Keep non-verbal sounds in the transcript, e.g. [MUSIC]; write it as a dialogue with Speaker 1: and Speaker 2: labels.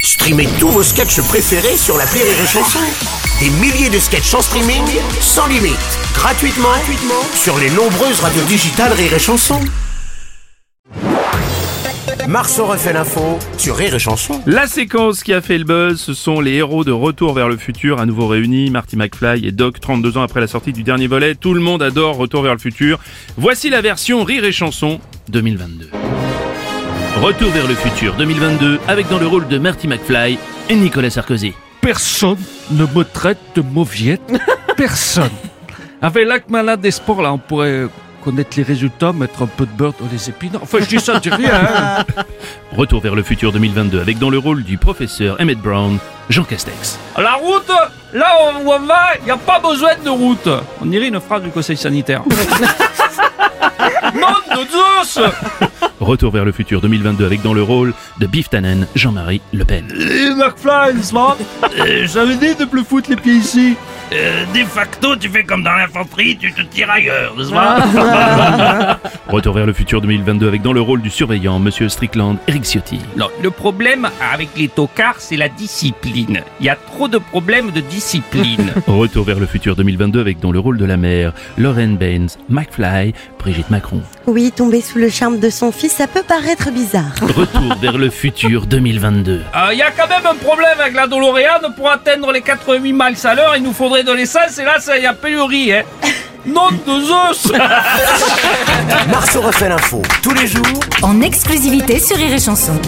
Speaker 1: Streamez tous vos sketchs préférés sur la Rire et Chanson. Des milliers de sketchs en streaming, sans limite, gratuitement, gratuitement sur les nombreuses radios digitales Rire et Chanson. Marceau refait l'info sur Rire et Chanson.
Speaker 2: La séquence qui a fait le buzz, ce sont les héros de Retour vers le futur, à nouveau réunis, Marty McFly et Doc, 32 ans après la sortie du dernier volet. Tout le monde adore Retour vers le futur. Voici la version Rire et Chanson 2022. Retour vers le futur 2022, avec dans le rôle de Marty McFly et Nicolas Sarkozy.
Speaker 3: Personne ne me traite de [LAUGHS] mauviette. Personne. Avec l'Akmala des sports, là, on pourrait connaître les résultats, mettre un peu de beurre dans les épinards. Enfin, je dis ça, je dis rien. [LAUGHS] hein.
Speaker 2: Retour vers le futur 2022, avec dans le rôle du professeur Emmett Brown, Jean Castex.
Speaker 3: La route, là où on va, il n'y a pas besoin de route. On dirait une phrase du conseil [LAUGHS] sanitaire. Monde de Zeus
Speaker 2: Retour vers le futur 2022, avec dans le rôle de Biff Tannen, Jean-Marie Le Pen.
Speaker 3: Et McFly, n'est-ce pas Euh, J'avais dit de plus foutre les pieds ici.
Speaker 4: Euh, de facto, tu fais comme dans l'infanterie, tu te tires ailleurs, n'est-ce pas
Speaker 3: Ah.
Speaker 2: Retour vers le futur 2022, avec dans le rôle du surveillant, Monsieur Strickland, Eric Ciotti.
Speaker 4: Non, le problème avec les tocards, c'est la discipline. Il y a trop de problèmes de discipline.
Speaker 2: Retour vers le futur 2022 avec dans le rôle de la mère Lauren Baines, McFly, Brigitte Macron.
Speaker 5: Oui, tomber sous le charme de son fils, ça peut paraître bizarre.
Speaker 2: Retour vers le futur 2022.
Speaker 3: Euh, Il y a quand même un problème avec la DeLorean. Pour atteindre les 88 miles à l'heure, il nous faudrait de l'essence et là, ça y a pénurie. Hein. Nom de Zeus
Speaker 1: Marceau refait l'info tous les jours
Speaker 6: en exclusivité sur Rire et Chanson.